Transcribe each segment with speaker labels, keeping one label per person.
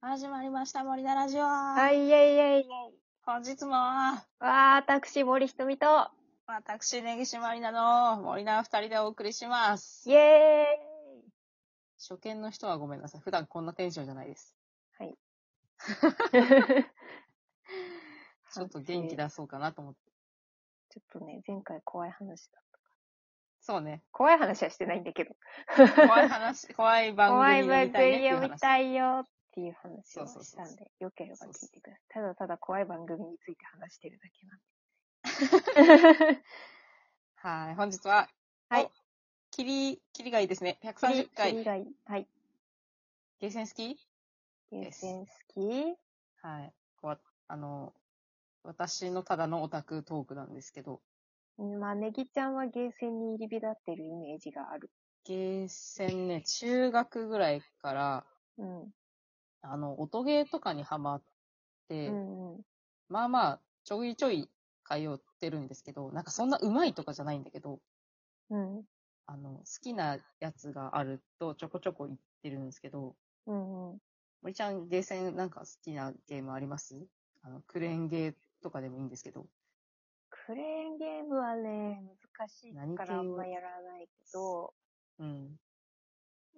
Speaker 1: 始まりました、森田ラジオ。は
Speaker 2: は。い、イェイイェイ。
Speaker 1: 本日も、
Speaker 2: わあ、私、森ひとみと、
Speaker 1: 私、根岸まりなの森田二人でお送りします。
Speaker 2: イェーイ。
Speaker 1: 初見の人はごめんなさい。普段こんなテンションじゃないです。 ちょっと元気出そうかなと思って。
Speaker 2: ちょっとね、前回怖い話だ。
Speaker 1: そう ね。
Speaker 2: 怖い話はしてないんだけど。
Speaker 1: 怖い話、怖い番
Speaker 2: 怖い
Speaker 1: 組を
Speaker 2: 番
Speaker 1: 見たいねって
Speaker 2: 組
Speaker 1: いう
Speaker 2: を見
Speaker 1: 話。
Speaker 2: たいよっていう話
Speaker 1: そう
Speaker 2: を
Speaker 1: そうそう
Speaker 2: したんで、よければ聞いてください。ただただ怖い番組について話してるだけなん で。
Speaker 1: はい。本日は、
Speaker 2: はい
Speaker 1: お。キリ、キリがいいですね。130回。
Speaker 2: 以外、はい。
Speaker 1: ゲーセン好き
Speaker 2: 優
Speaker 1: す
Speaker 2: 先好き
Speaker 1: はい。こうあの、私のただのオタクトークなんですけど、
Speaker 2: まあ、ネギちゃんはゲーセンに入り浸ってるイメージがある。
Speaker 1: ゲーセンね、中学ぐらいから、
Speaker 2: うん。
Speaker 1: あの、音ゲーとかにハマっ
Speaker 2: う
Speaker 1: て、
Speaker 2: んうん。
Speaker 1: まあまあ、ちょいちょい通ってるんですけど、なんかそんな上手いとかじゃないんだけど、
Speaker 2: うん。
Speaker 1: あの、好きなやつがあるとちょこちょこ行ってるんですけど、
Speaker 2: うんうん。
Speaker 1: 森ちゃん、ゲーセンなんか好きなゲームありますあの、クレーンゲーとかでもいいんですけど。
Speaker 2: クレーンゲームはね、難し
Speaker 1: 何
Speaker 2: い
Speaker 1: 系
Speaker 2: からあんまやらないけど、
Speaker 1: うん。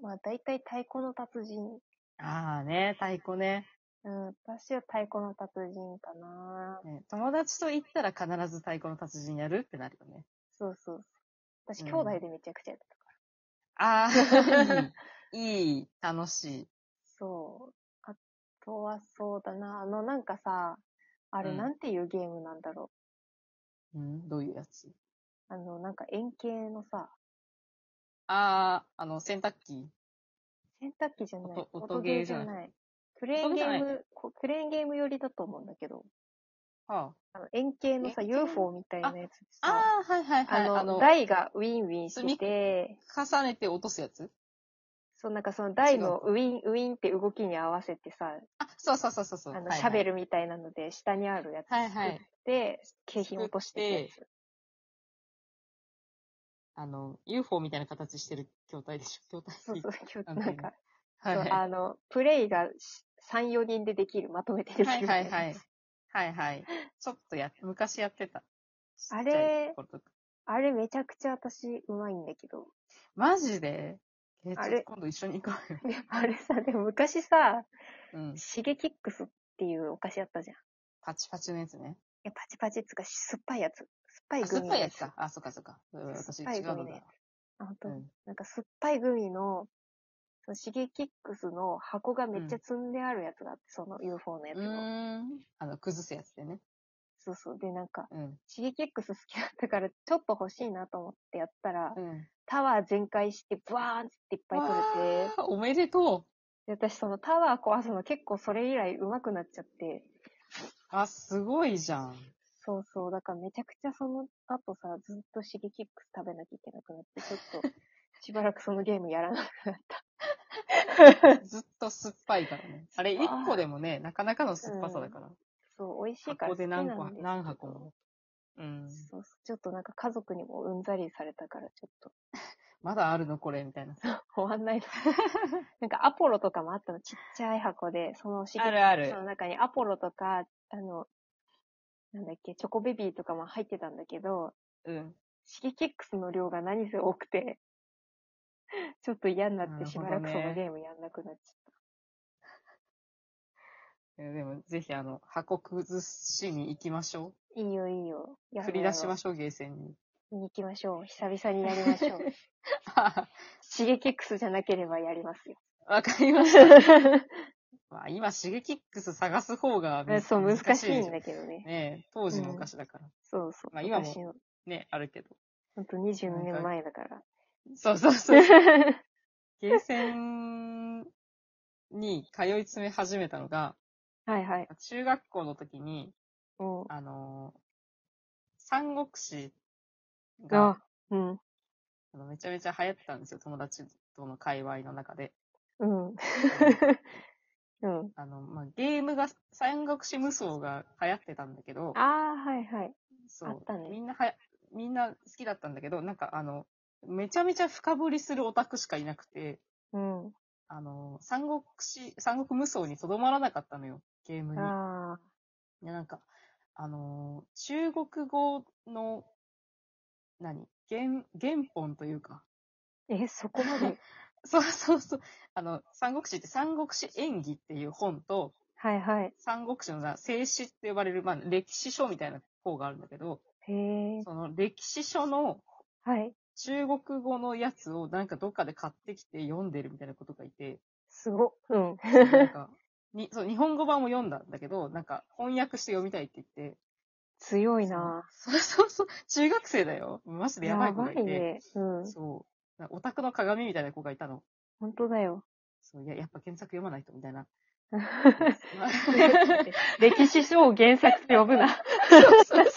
Speaker 2: まあ大体太鼓の達人。
Speaker 1: ああね、太鼓ね。
Speaker 2: うん、私は太鼓の達人かな。
Speaker 1: ね友達と行ったら必ず太鼓の達人やるってなるよね。
Speaker 2: そうそうそう。私
Speaker 1: うん
Speaker 2: 兄弟でめちゃくちゃやってたか
Speaker 1: あ
Speaker 2: ら。
Speaker 1: あ、 いい、いい、楽しい。
Speaker 2: そう。あとはそうだな。あのなんかさ、あれ
Speaker 1: うん
Speaker 2: なんていうゲームなんだろ
Speaker 1: うん、どういうやつ
Speaker 2: う。あのなんか円形のさ、
Speaker 1: ああ、あの、洗濯機。
Speaker 2: 洗濯機じゃない。
Speaker 1: 音音ゲーじゃない
Speaker 2: 音い。クレーンゲ
Speaker 1: 音ゲーじゃ
Speaker 2: ー
Speaker 1: な
Speaker 2: ム、こクレーンゲーム寄りだと思うんだけど、
Speaker 1: は
Speaker 2: あの円形のさ、
Speaker 1: 円形の
Speaker 2: UFO みたいなやつで
Speaker 1: あ、あ
Speaker 2: さ、
Speaker 1: ー、はいはいはい。
Speaker 2: あ
Speaker 1: あの、
Speaker 2: の、台がウィンウィン
Speaker 1: 積
Speaker 2: し
Speaker 1: み
Speaker 2: て、
Speaker 1: 重ねて落とすやつ
Speaker 2: そう、なんかその台のウィンウィンって動きに合わせてさ、
Speaker 1: あ、そうそうそうそうそう。
Speaker 2: あの、
Speaker 1: はいはい
Speaker 2: シャベ。ルみたいなので下にあるやつ
Speaker 1: はい
Speaker 2: 作
Speaker 1: は
Speaker 2: っ
Speaker 1: い。
Speaker 2: て、景品落としていくや
Speaker 1: あの、UFO みたいな形してる筐体でしょ筐体
Speaker 2: つ。そうそう、今
Speaker 1: な
Speaker 2: 日
Speaker 1: んか
Speaker 2: なんか、
Speaker 1: はい
Speaker 2: そう
Speaker 1: は
Speaker 2: あの、プレイが3、4人でできる、まとめて
Speaker 1: い。
Speaker 2: できる
Speaker 1: は
Speaker 2: み
Speaker 1: い
Speaker 2: た
Speaker 1: はいいはい。
Speaker 2: な。
Speaker 1: はいはい。ちょっとやっ、昔やってた。
Speaker 2: あれ
Speaker 1: ちっちゃい頃とか
Speaker 2: あれめちゃくちゃ私うまいんだけど。
Speaker 1: マジでえ、ちょ
Speaker 2: あ
Speaker 1: っ
Speaker 2: れ
Speaker 1: と今度一緒に行こうよ。
Speaker 2: であれさ、でも昔さ、
Speaker 1: うん。
Speaker 2: シゲキックスっていうお菓子あったじゃん。い
Speaker 1: パチパチのやつね。
Speaker 2: や、パチパチっつうか、酸っぱいやつ。酸っぱい
Speaker 1: あ、
Speaker 2: グ
Speaker 1: 酸っ
Speaker 2: ミ
Speaker 1: ぱ
Speaker 2: の
Speaker 1: いや
Speaker 2: や
Speaker 1: つ
Speaker 2: つ。
Speaker 1: か。あ、そうかそうか。うん私違うの
Speaker 2: 酸っぱいグミの
Speaker 1: だ
Speaker 2: やつ。あ、本当
Speaker 1: う
Speaker 2: に
Speaker 1: ん。
Speaker 2: なんか酸っぱいグミの、そのシゲキックスの箱がめっちゃ積んであるやつがあって、その UFO のやつ
Speaker 1: う
Speaker 2: の。
Speaker 1: ーん。あの、崩すやつでね。
Speaker 2: そうそう。で、なんか、
Speaker 1: うん。
Speaker 2: シゲキックス好きだったから、ちょっと欲しいなと思ってやったら、
Speaker 1: うん。
Speaker 2: タワー全開して、ブワーンっていっぱい取れて、
Speaker 1: あーおめでとう。
Speaker 2: で私そのタワー壊すの結構それ以来上手くなっちゃって、
Speaker 1: あ、すごいじゃん。
Speaker 2: そうそう。だからめちゃくちゃその後さ、ずっとシゲキックス食べなきゃいけなくなって、ちょっと、しばらくそのゲームやらなくなった。
Speaker 1: ずっと酸っぱいからね。あれ、
Speaker 2: 酸っぱい
Speaker 1: 1個でもね、なかなかの酸っぱさだから。
Speaker 2: そう、美味しいから
Speaker 1: 箱
Speaker 2: 好き
Speaker 1: で
Speaker 2: なん
Speaker 1: 何
Speaker 2: です
Speaker 1: 個、
Speaker 2: けど
Speaker 1: 何箱も。うん。
Speaker 2: そうそうちょっとなんか家族にもうんざりされたから、ちょっと
Speaker 1: まだあるのこれみたいな。
Speaker 2: 終わんないの。 なんかアポロとかもあったの、ちっちゃい箱で、そのシリー
Speaker 1: あ
Speaker 2: ズ
Speaker 1: るあ
Speaker 2: の
Speaker 1: る。
Speaker 2: 中にアポロとか、あの、なんだっけ、チョコベビーとかも入ってたんだけど、
Speaker 1: うん。
Speaker 2: シゲキックスの量が何せ多くて、 ちょっと嫌になってしばらく
Speaker 1: な
Speaker 2: そ
Speaker 1: るほどね
Speaker 2: のゲームやんなくなっちゃっ
Speaker 1: えーでも、ぜひ、あの、箱崩しに行きましょ
Speaker 2: た。いいよいいよ。
Speaker 1: う。
Speaker 2: や
Speaker 1: 振り出しま
Speaker 2: ょ
Speaker 1: しょう、ゲーセン に。
Speaker 2: う。見に行きましょう。久々にやりましょ う。シゲキックスじゃなければやりま すよ。
Speaker 1: わかりました。まあ、今、シゲキックス探す方が難しい。
Speaker 2: そう、難しいん
Speaker 1: ね。
Speaker 2: だけどね。
Speaker 1: ねえ当時のお菓子だから。
Speaker 2: そうそう。
Speaker 1: まあ今も
Speaker 2: 昔の
Speaker 1: ね、あるけど。
Speaker 2: ほんと20年前だから。
Speaker 1: そうそう そう。 ゲーセンに通い詰め始めたのが、
Speaker 2: はいはい。
Speaker 1: 中学校の時に、
Speaker 2: うん。
Speaker 1: あのー三国志が
Speaker 2: あ、うん。
Speaker 1: あのめちゃめちゃ流行ってたんですよ、友達との界隈の中で。
Speaker 2: うん。 うん。
Speaker 1: あの、まあ、ゲームが、三国志無双が流行ってたんだけど、
Speaker 2: ああー、はいはい。
Speaker 1: そ
Speaker 2: あったね
Speaker 1: みんなはや、みんな好きだったんだけど、なんかあの、めちゃめちゃ深掘りするオタクしかいなくて、
Speaker 2: うん。
Speaker 1: あの、三国志、三国無双にとどまらなかったのよ、ゲームに。
Speaker 2: ああ、
Speaker 1: いや、なんか、あのー中国語の、何原、原本というか。
Speaker 2: え、そこ まで。
Speaker 1: そうそうそう。あの、三国志って三国志演義っていう本と、
Speaker 2: はいはい。
Speaker 1: 三国志のさ正史って呼ばれる、まあ、歴史書みたいな方があるんだけど、
Speaker 2: へえ。
Speaker 1: その歴史書の
Speaker 2: はい。
Speaker 1: 中国語のやつをなんかどっかで買ってきて読んでるみたいなことがいて、
Speaker 2: すごっ。うん。
Speaker 1: なんか、にそう日本語版も読んだんだけど、なんか翻訳して読みたいって言って、
Speaker 2: 強いな
Speaker 1: そうそうそう、中学生だよ。マジでやばい子がいて。
Speaker 2: ね。うん。
Speaker 1: そう。なオタクの鏡みたいな子がいたの。
Speaker 2: 本当 だよ。
Speaker 1: そういややっぱ原作読まないとみたいな。
Speaker 2: 歴史書を原作と呼ぶな。
Speaker 1: そうそう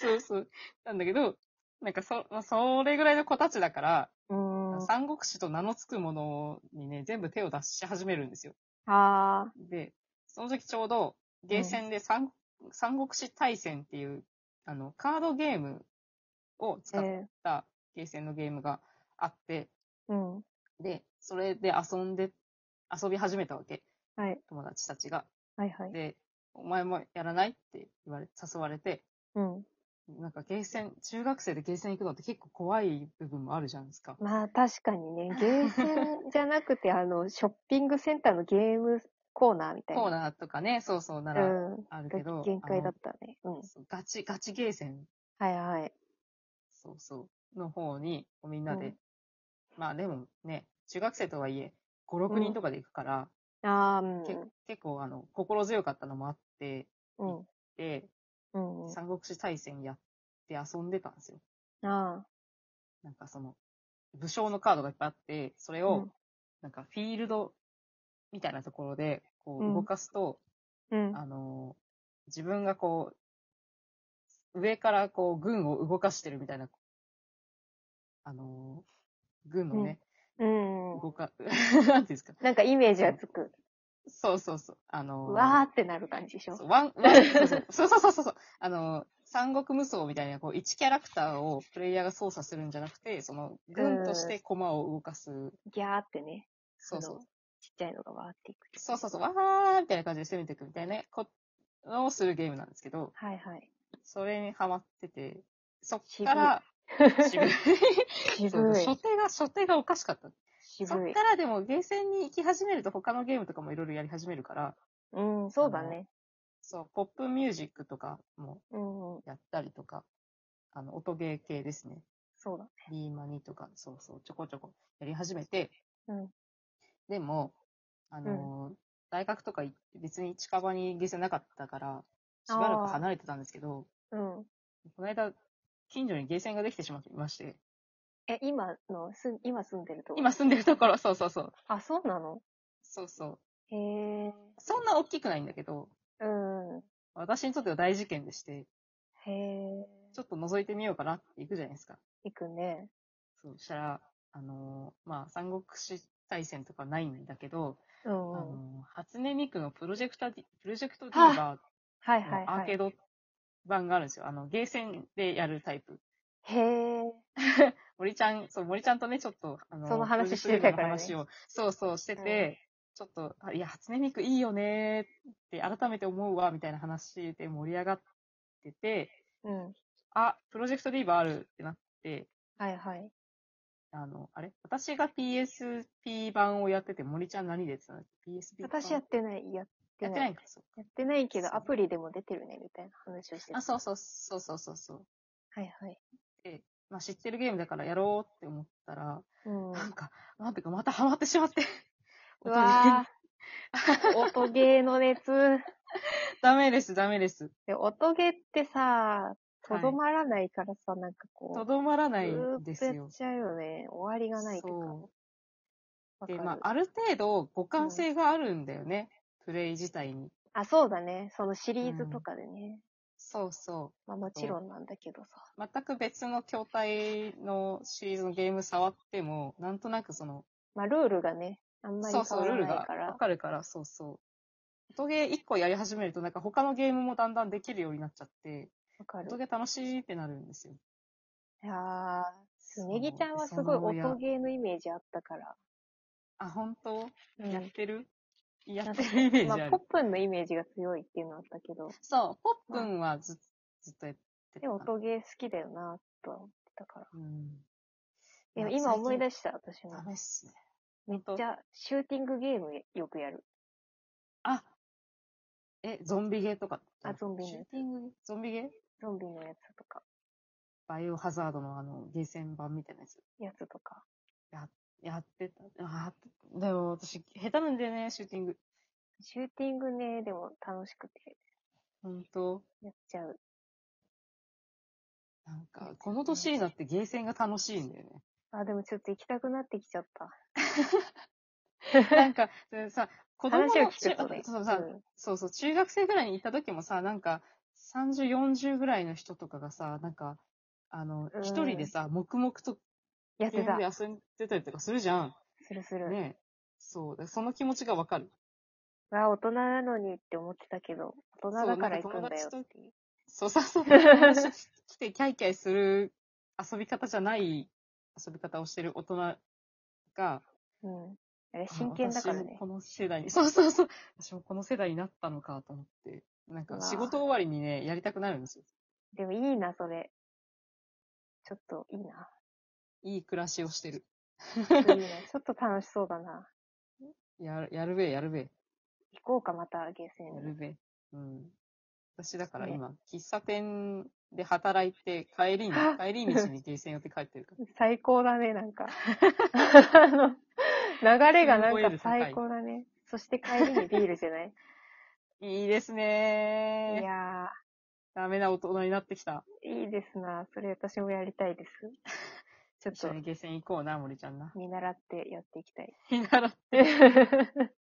Speaker 1: そうそう。なんだけど、なんかそ、まあそれぐらいの子たちだから、
Speaker 2: うん。あ
Speaker 1: 三国志と名の付くものにね、全部手を出し始めるんですよ。
Speaker 2: あ
Speaker 1: で、その時ちょうど、ゲーセンで三,、三国志大戦っていう、あの、カードゲームを
Speaker 2: ー、
Speaker 1: 使っ
Speaker 2: え
Speaker 1: たゲーセンのゲームがあって、
Speaker 2: ー、うん。
Speaker 1: で、それで遊んで、遊び始めたわけ。
Speaker 2: はい。
Speaker 1: 友達たちが。
Speaker 2: はいはい。
Speaker 1: で、お前もやらないって言われ、誘われて、
Speaker 2: うん。
Speaker 1: なんかゲーセン、中学生でゲーセン行くのって結構怖い部分もあるじゃないですか。
Speaker 2: まあ確かに ね、ゲーセンじゃなくて、あの、ショッピングセンターのゲームコーナーみたいな。
Speaker 1: コーナーとかね、そうそうなら
Speaker 2: うん。
Speaker 1: あるけど、
Speaker 2: が限界だっ
Speaker 1: あ
Speaker 2: たね。うん
Speaker 1: の。そうガチ、ガチゲーセン、
Speaker 2: はいはい。
Speaker 1: そうそう、の方にこうみんなで、
Speaker 2: うん
Speaker 1: まあでもね、中学生とはいえ、5、
Speaker 2: う
Speaker 1: 6
Speaker 2: ん
Speaker 1: 人とかで行くから、
Speaker 2: ああ、うん。
Speaker 1: け結構あの、心強かったのもあって、
Speaker 2: うん。
Speaker 1: で、
Speaker 2: うん。
Speaker 1: 三国志大戦やって遊んでたんですよ。
Speaker 2: あ
Speaker 1: なんかその、武将のカードがいっぱいあって、それを、
Speaker 2: うん
Speaker 1: なんかフィールドみたいなところで、こ
Speaker 2: うん
Speaker 1: う動かすと、
Speaker 2: あ。うん。
Speaker 1: あのー自分がこう、上からこう、軍を動かしてるみたいな、あのー軍のね、
Speaker 2: うん。
Speaker 1: 動か、 なんていうんですか。
Speaker 2: なんかイメージがつく。
Speaker 1: そうそうそう。あのー
Speaker 2: うわーってなる感じでしょ
Speaker 1: そう。ワン、ワン、そう そうそうそうそうそう。あの、三国無双みたいな、こう、1キャラクターをプレイヤーが操作するんじゃなくて、その、軍として駒を動かす。
Speaker 2: ギャーってね。
Speaker 1: そう
Speaker 2: あ
Speaker 1: そ
Speaker 2: の
Speaker 1: う。
Speaker 2: ちっちゃいのがわーっていく。
Speaker 1: そうそうそう、わーみたいな感じで攻めていくみたいなことをするゲームなんですけど、
Speaker 2: はいはい。
Speaker 1: それにハマってて、そっから、渋い。 そう
Speaker 2: 渋い。
Speaker 1: 初手が、初手がおかしかった。そ
Speaker 2: 渋
Speaker 1: っ
Speaker 2: い
Speaker 1: か。らでもゲーセンに行き始めると他のゲームとかもいろいろやり始めるから、
Speaker 2: うん、そうだね。
Speaker 1: そう、ポップミュージックとかも
Speaker 2: うん、
Speaker 1: やったりとか、あの、音ゲー系ですね。
Speaker 2: そうだね。
Speaker 1: リーマニとか、そうそう、ちょこちょこやり始めて、
Speaker 2: うん
Speaker 1: でも、あのー大学とか行って別に近場にゲーセンなかったから、しばらく離れてたんですけど、
Speaker 2: うん。
Speaker 1: この間、近所にゲーセンができてしまいまして、
Speaker 2: え、今の、すん、今住んでるとこ
Speaker 1: 今住んでるところ、そうそうそう、
Speaker 2: あ、そうなの
Speaker 1: そうそう、
Speaker 2: へえ。
Speaker 1: そんな大きくないんだけど、
Speaker 2: うん。
Speaker 1: 私にとっては大事件でして、
Speaker 2: へえ。
Speaker 1: ちょっと覗いてみようかなって行くじゃないですか。
Speaker 2: 行くね。
Speaker 1: そうしたら、あのーまあ、三国志大戦とかないんだけど、
Speaker 2: う
Speaker 1: あ
Speaker 2: んうん。
Speaker 1: のー初音ミクのプロジェクタディ、プロジェクトディーバー
Speaker 2: はい
Speaker 1: の
Speaker 2: はい
Speaker 1: ア
Speaker 2: は
Speaker 1: ーケー
Speaker 2: い。
Speaker 1: ド版があるんですよ。あの、ゲーセンでやるタイプ。
Speaker 2: へえ。
Speaker 1: 森ちゃん、そう、森ちゃんとね、ちょっと、あの、
Speaker 2: その
Speaker 1: プ
Speaker 2: 話
Speaker 1: ロジェクト
Speaker 2: してたからね
Speaker 1: の話を、そうそう、してて、ちょっと、あいや、初音ミクいいよねーって改めて思うわ、みたいな話で盛り上がってて、
Speaker 2: うん。
Speaker 1: あ、プロジェクトリーバーあるってなって、
Speaker 2: はいはい。
Speaker 1: あの、あれ私が PSP 版をやってて、森ちゃん何でやってたの ?PSP 版
Speaker 2: 私やってない、やって
Speaker 1: やって
Speaker 2: な。
Speaker 1: ないいか、そう。
Speaker 2: やってないけど、
Speaker 1: そう
Speaker 2: アプリでも出てるね、みたいな話をしてた
Speaker 1: あ、そうそう、そうそうそうそう。
Speaker 2: はいはい。
Speaker 1: で、まあ知ってるゲームだからやろうって思ったら、
Speaker 2: うん。
Speaker 1: なんか、なんていうか、またハマってしまって。
Speaker 2: うわ ー音ゲーの熱。
Speaker 1: ダメです、ダメです。
Speaker 2: で、音ゲーってさ、と
Speaker 1: はい
Speaker 2: どまらないからさ、なんか
Speaker 1: と
Speaker 2: こ
Speaker 1: どまら
Speaker 2: う、
Speaker 1: ない
Speaker 2: ず
Speaker 1: ん
Speaker 2: ー
Speaker 1: で
Speaker 2: っと
Speaker 1: す
Speaker 2: やっ
Speaker 1: よ。
Speaker 2: ちゃうよね。終わりがないというか。
Speaker 1: そ
Speaker 2: わ
Speaker 1: う。で、
Speaker 2: かる
Speaker 1: まあ、ある程度、互換性があるんだよね。プレイ自体に。
Speaker 2: あ、そうだね。そのシリーズとかでね。
Speaker 1: そうそ
Speaker 2: まあもちろんなんだけどさ。
Speaker 1: う。全く別の筐体のシリーズのゲーム触っても、なんとなくその、
Speaker 2: まあルールがね、あんまり
Speaker 1: そう
Speaker 2: 変
Speaker 1: そう、
Speaker 2: わ
Speaker 1: ルール
Speaker 2: らない
Speaker 1: が
Speaker 2: か
Speaker 1: わ
Speaker 2: ら。
Speaker 1: かるから、そうそう。音ゲー1個やり始めると、なんか他のゲームもだんだんできるようになっちゃって、
Speaker 2: わかる
Speaker 1: 音。ゲー楽しいってなるんですよ。
Speaker 2: いやー、す
Speaker 1: そう
Speaker 2: ねぎちゃんはすごい
Speaker 1: その
Speaker 2: 音ゲーのイメージあったから。
Speaker 1: あ、本当
Speaker 2: うん
Speaker 1: やってるや
Speaker 2: なん
Speaker 1: っ
Speaker 2: か
Speaker 1: てるイメージ
Speaker 2: ま
Speaker 1: あ
Speaker 2: あ、
Speaker 1: る
Speaker 2: ポッ。プンのイメージが強いっていうのはあったけど、
Speaker 1: そう、ポップンはず,、ずっとやって
Speaker 2: でも音ゲー好きだよな、とは思ってたから。
Speaker 1: うん。
Speaker 2: でも今思い
Speaker 1: し
Speaker 2: 出した、私も
Speaker 1: ダ。メっすね。
Speaker 2: めっちゃ、シューティングゲームよくやる。
Speaker 1: あえ、ゾンビゲーとか。
Speaker 2: あゾンビゲー
Speaker 1: シューティングゾンビゲー
Speaker 2: ゾンビのやつとか、
Speaker 1: バイオハザードのあの、ゲーセン版みたいなやつ。
Speaker 2: やつとか。
Speaker 1: やってた。あーでも私、下手なんだよね、シューティング。
Speaker 2: シューティングね、でも楽しくて、
Speaker 1: ほんと。
Speaker 2: やっちゃう。
Speaker 1: なんか、この年になってゲーセンが楽しいんだよね。
Speaker 2: あ、でもちょっと行きたくなってきちゃった。
Speaker 1: なんか、それさ、子供の
Speaker 2: 話を聞くとね。
Speaker 1: 中そうさ
Speaker 2: うん
Speaker 1: そうそう、中学生ぐらいに行った時もさ、なんか、30、40ぐらいの人とかがさ、なんか、あの
Speaker 2: う、ん
Speaker 1: 一人でさ、黙々と
Speaker 2: やって
Speaker 1: ゲー
Speaker 2: た
Speaker 1: ム。で遊んでたりとかするじゃん。
Speaker 2: するする。
Speaker 1: ねえそう。だその気持ちがわかる。
Speaker 2: わあ、大人なのにって思ってたけど、大人だから行くんだよっていう。
Speaker 1: そうそう そう。来てキャイキャイする遊び方じゃない遊び方をしてる大人が、
Speaker 2: うん。あれ真剣だから
Speaker 1: あ私も
Speaker 2: ね。
Speaker 1: この世代に、そうそうそう。私もこの世代になったのかと思って。なん
Speaker 2: う
Speaker 1: か
Speaker 2: わ
Speaker 1: 仕事終わりにね、やりたくなるんですよ。
Speaker 2: でもいいな、それ。ちょっとい いな。
Speaker 1: いい暮らしをしてる。
Speaker 2: いいな。ちょっと楽しそうだな。
Speaker 1: ややるべえ、やるべえ、
Speaker 2: 行こうか、また、ゲーセ
Speaker 1: や
Speaker 2: ン
Speaker 1: る
Speaker 2: に。
Speaker 1: べえ。うん。私だから
Speaker 2: ね
Speaker 1: 今、喫茶店で働いて、帰りに、帰り道にゲーセン寄って帰ってるから。
Speaker 2: 最高だね、な んか。あの、流れがなんか最高だね。そして帰りにビールじゃない
Speaker 1: いいです
Speaker 2: い
Speaker 1: ねー。
Speaker 2: や
Speaker 1: ダメな大人になってきた。
Speaker 2: ー、いいですな。それ私もやりたい です。ちょっ
Speaker 1: 一緒
Speaker 2: と
Speaker 1: にゲーセン行こうな、森ちゃんな。
Speaker 2: 見習ってやっていきたい。
Speaker 1: 見習っ